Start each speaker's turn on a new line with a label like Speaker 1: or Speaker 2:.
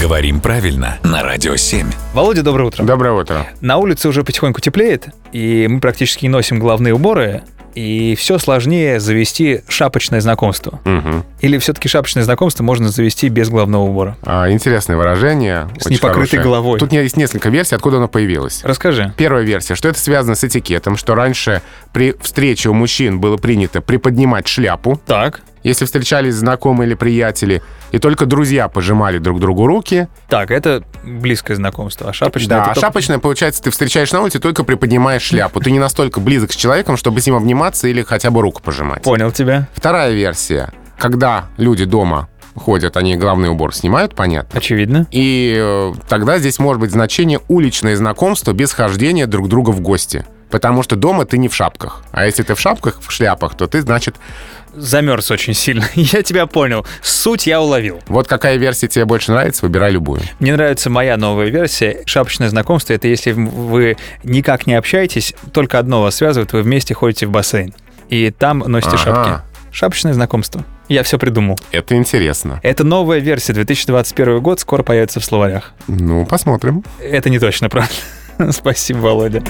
Speaker 1: Говорим правильно на Радио 7.
Speaker 2: Володя, доброе утро.
Speaker 3: Доброе утро.
Speaker 2: На улице уже потихоньку теплеет, и мы практически не носим головные уборы, и все сложнее завести шапочное знакомство.
Speaker 3: Мгм.
Speaker 2: Или все-таки шапочное знакомство можно завести без головного убора?
Speaker 3: А, интересное выражение.
Speaker 2: С
Speaker 3: очень
Speaker 2: непокрытой
Speaker 3: хорошее.
Speaker 2: головой.
Speaker 3: Тут есть несколько версий, откуда оно появилось.
Speaker 2: Расскажи.
Speaker 3: Первая версия, что это связано с этикетом, что раньше при встрече у мужчин было принято приподнимать шляпу,
Speaker 2: Так,
Speaker 3: если встречались знакомые или приятели, и только друзья пожимали друг другу руки.
Speaker 2: так, это близкое знакомство, а шапочное...
Speaker 3: Да,
Speaker 2: это
Speaker 3: а
Speaker 2: то-
Speaker 3: шапочное, получается, ты встречаешь на улице, только приподнимаешь шляпу. Ты не настолько близок с человеком, чтобы с ним обниматься или хотя бы руку пожимать.
Speaker 2: Понял тебя.
Speaker 3: Вторая версия, когда люди дома ходят, они главный убор снимают, понятно.
Speaker 2: Очевидно.
Speaker 3: И э, тогда здесь может быть значение уличное знакомство без хождения друг друга в гости. Потому что дома ты не в шапках. А если ты в шапках, в шляпах, то ты, значит,
Speaker 2: Замерз очень сильно. Я тебя понял. Суть я уловил.
Speaker 3: вот какая версия тебе больше нравится, выбирай любую.
Speaker 2: Мне нравится моя новая версия. Шапочное знакомство — это если вы никак не общаетесь, только одно вас связывает, вы вместе ходите в бассейн. И там носите
Speaker 3: Ага.
Speaker 2: шапки. Шапочное знакомство. Я все придумал.
Speaker 3: Это интересно.
Speaker 2: Это новая версия, 2021 год, скоро появится в словарях.
Speaker 3: Ну, посмотрим.
Speaker 2: Это не точно, правда? Спасибо, Володя.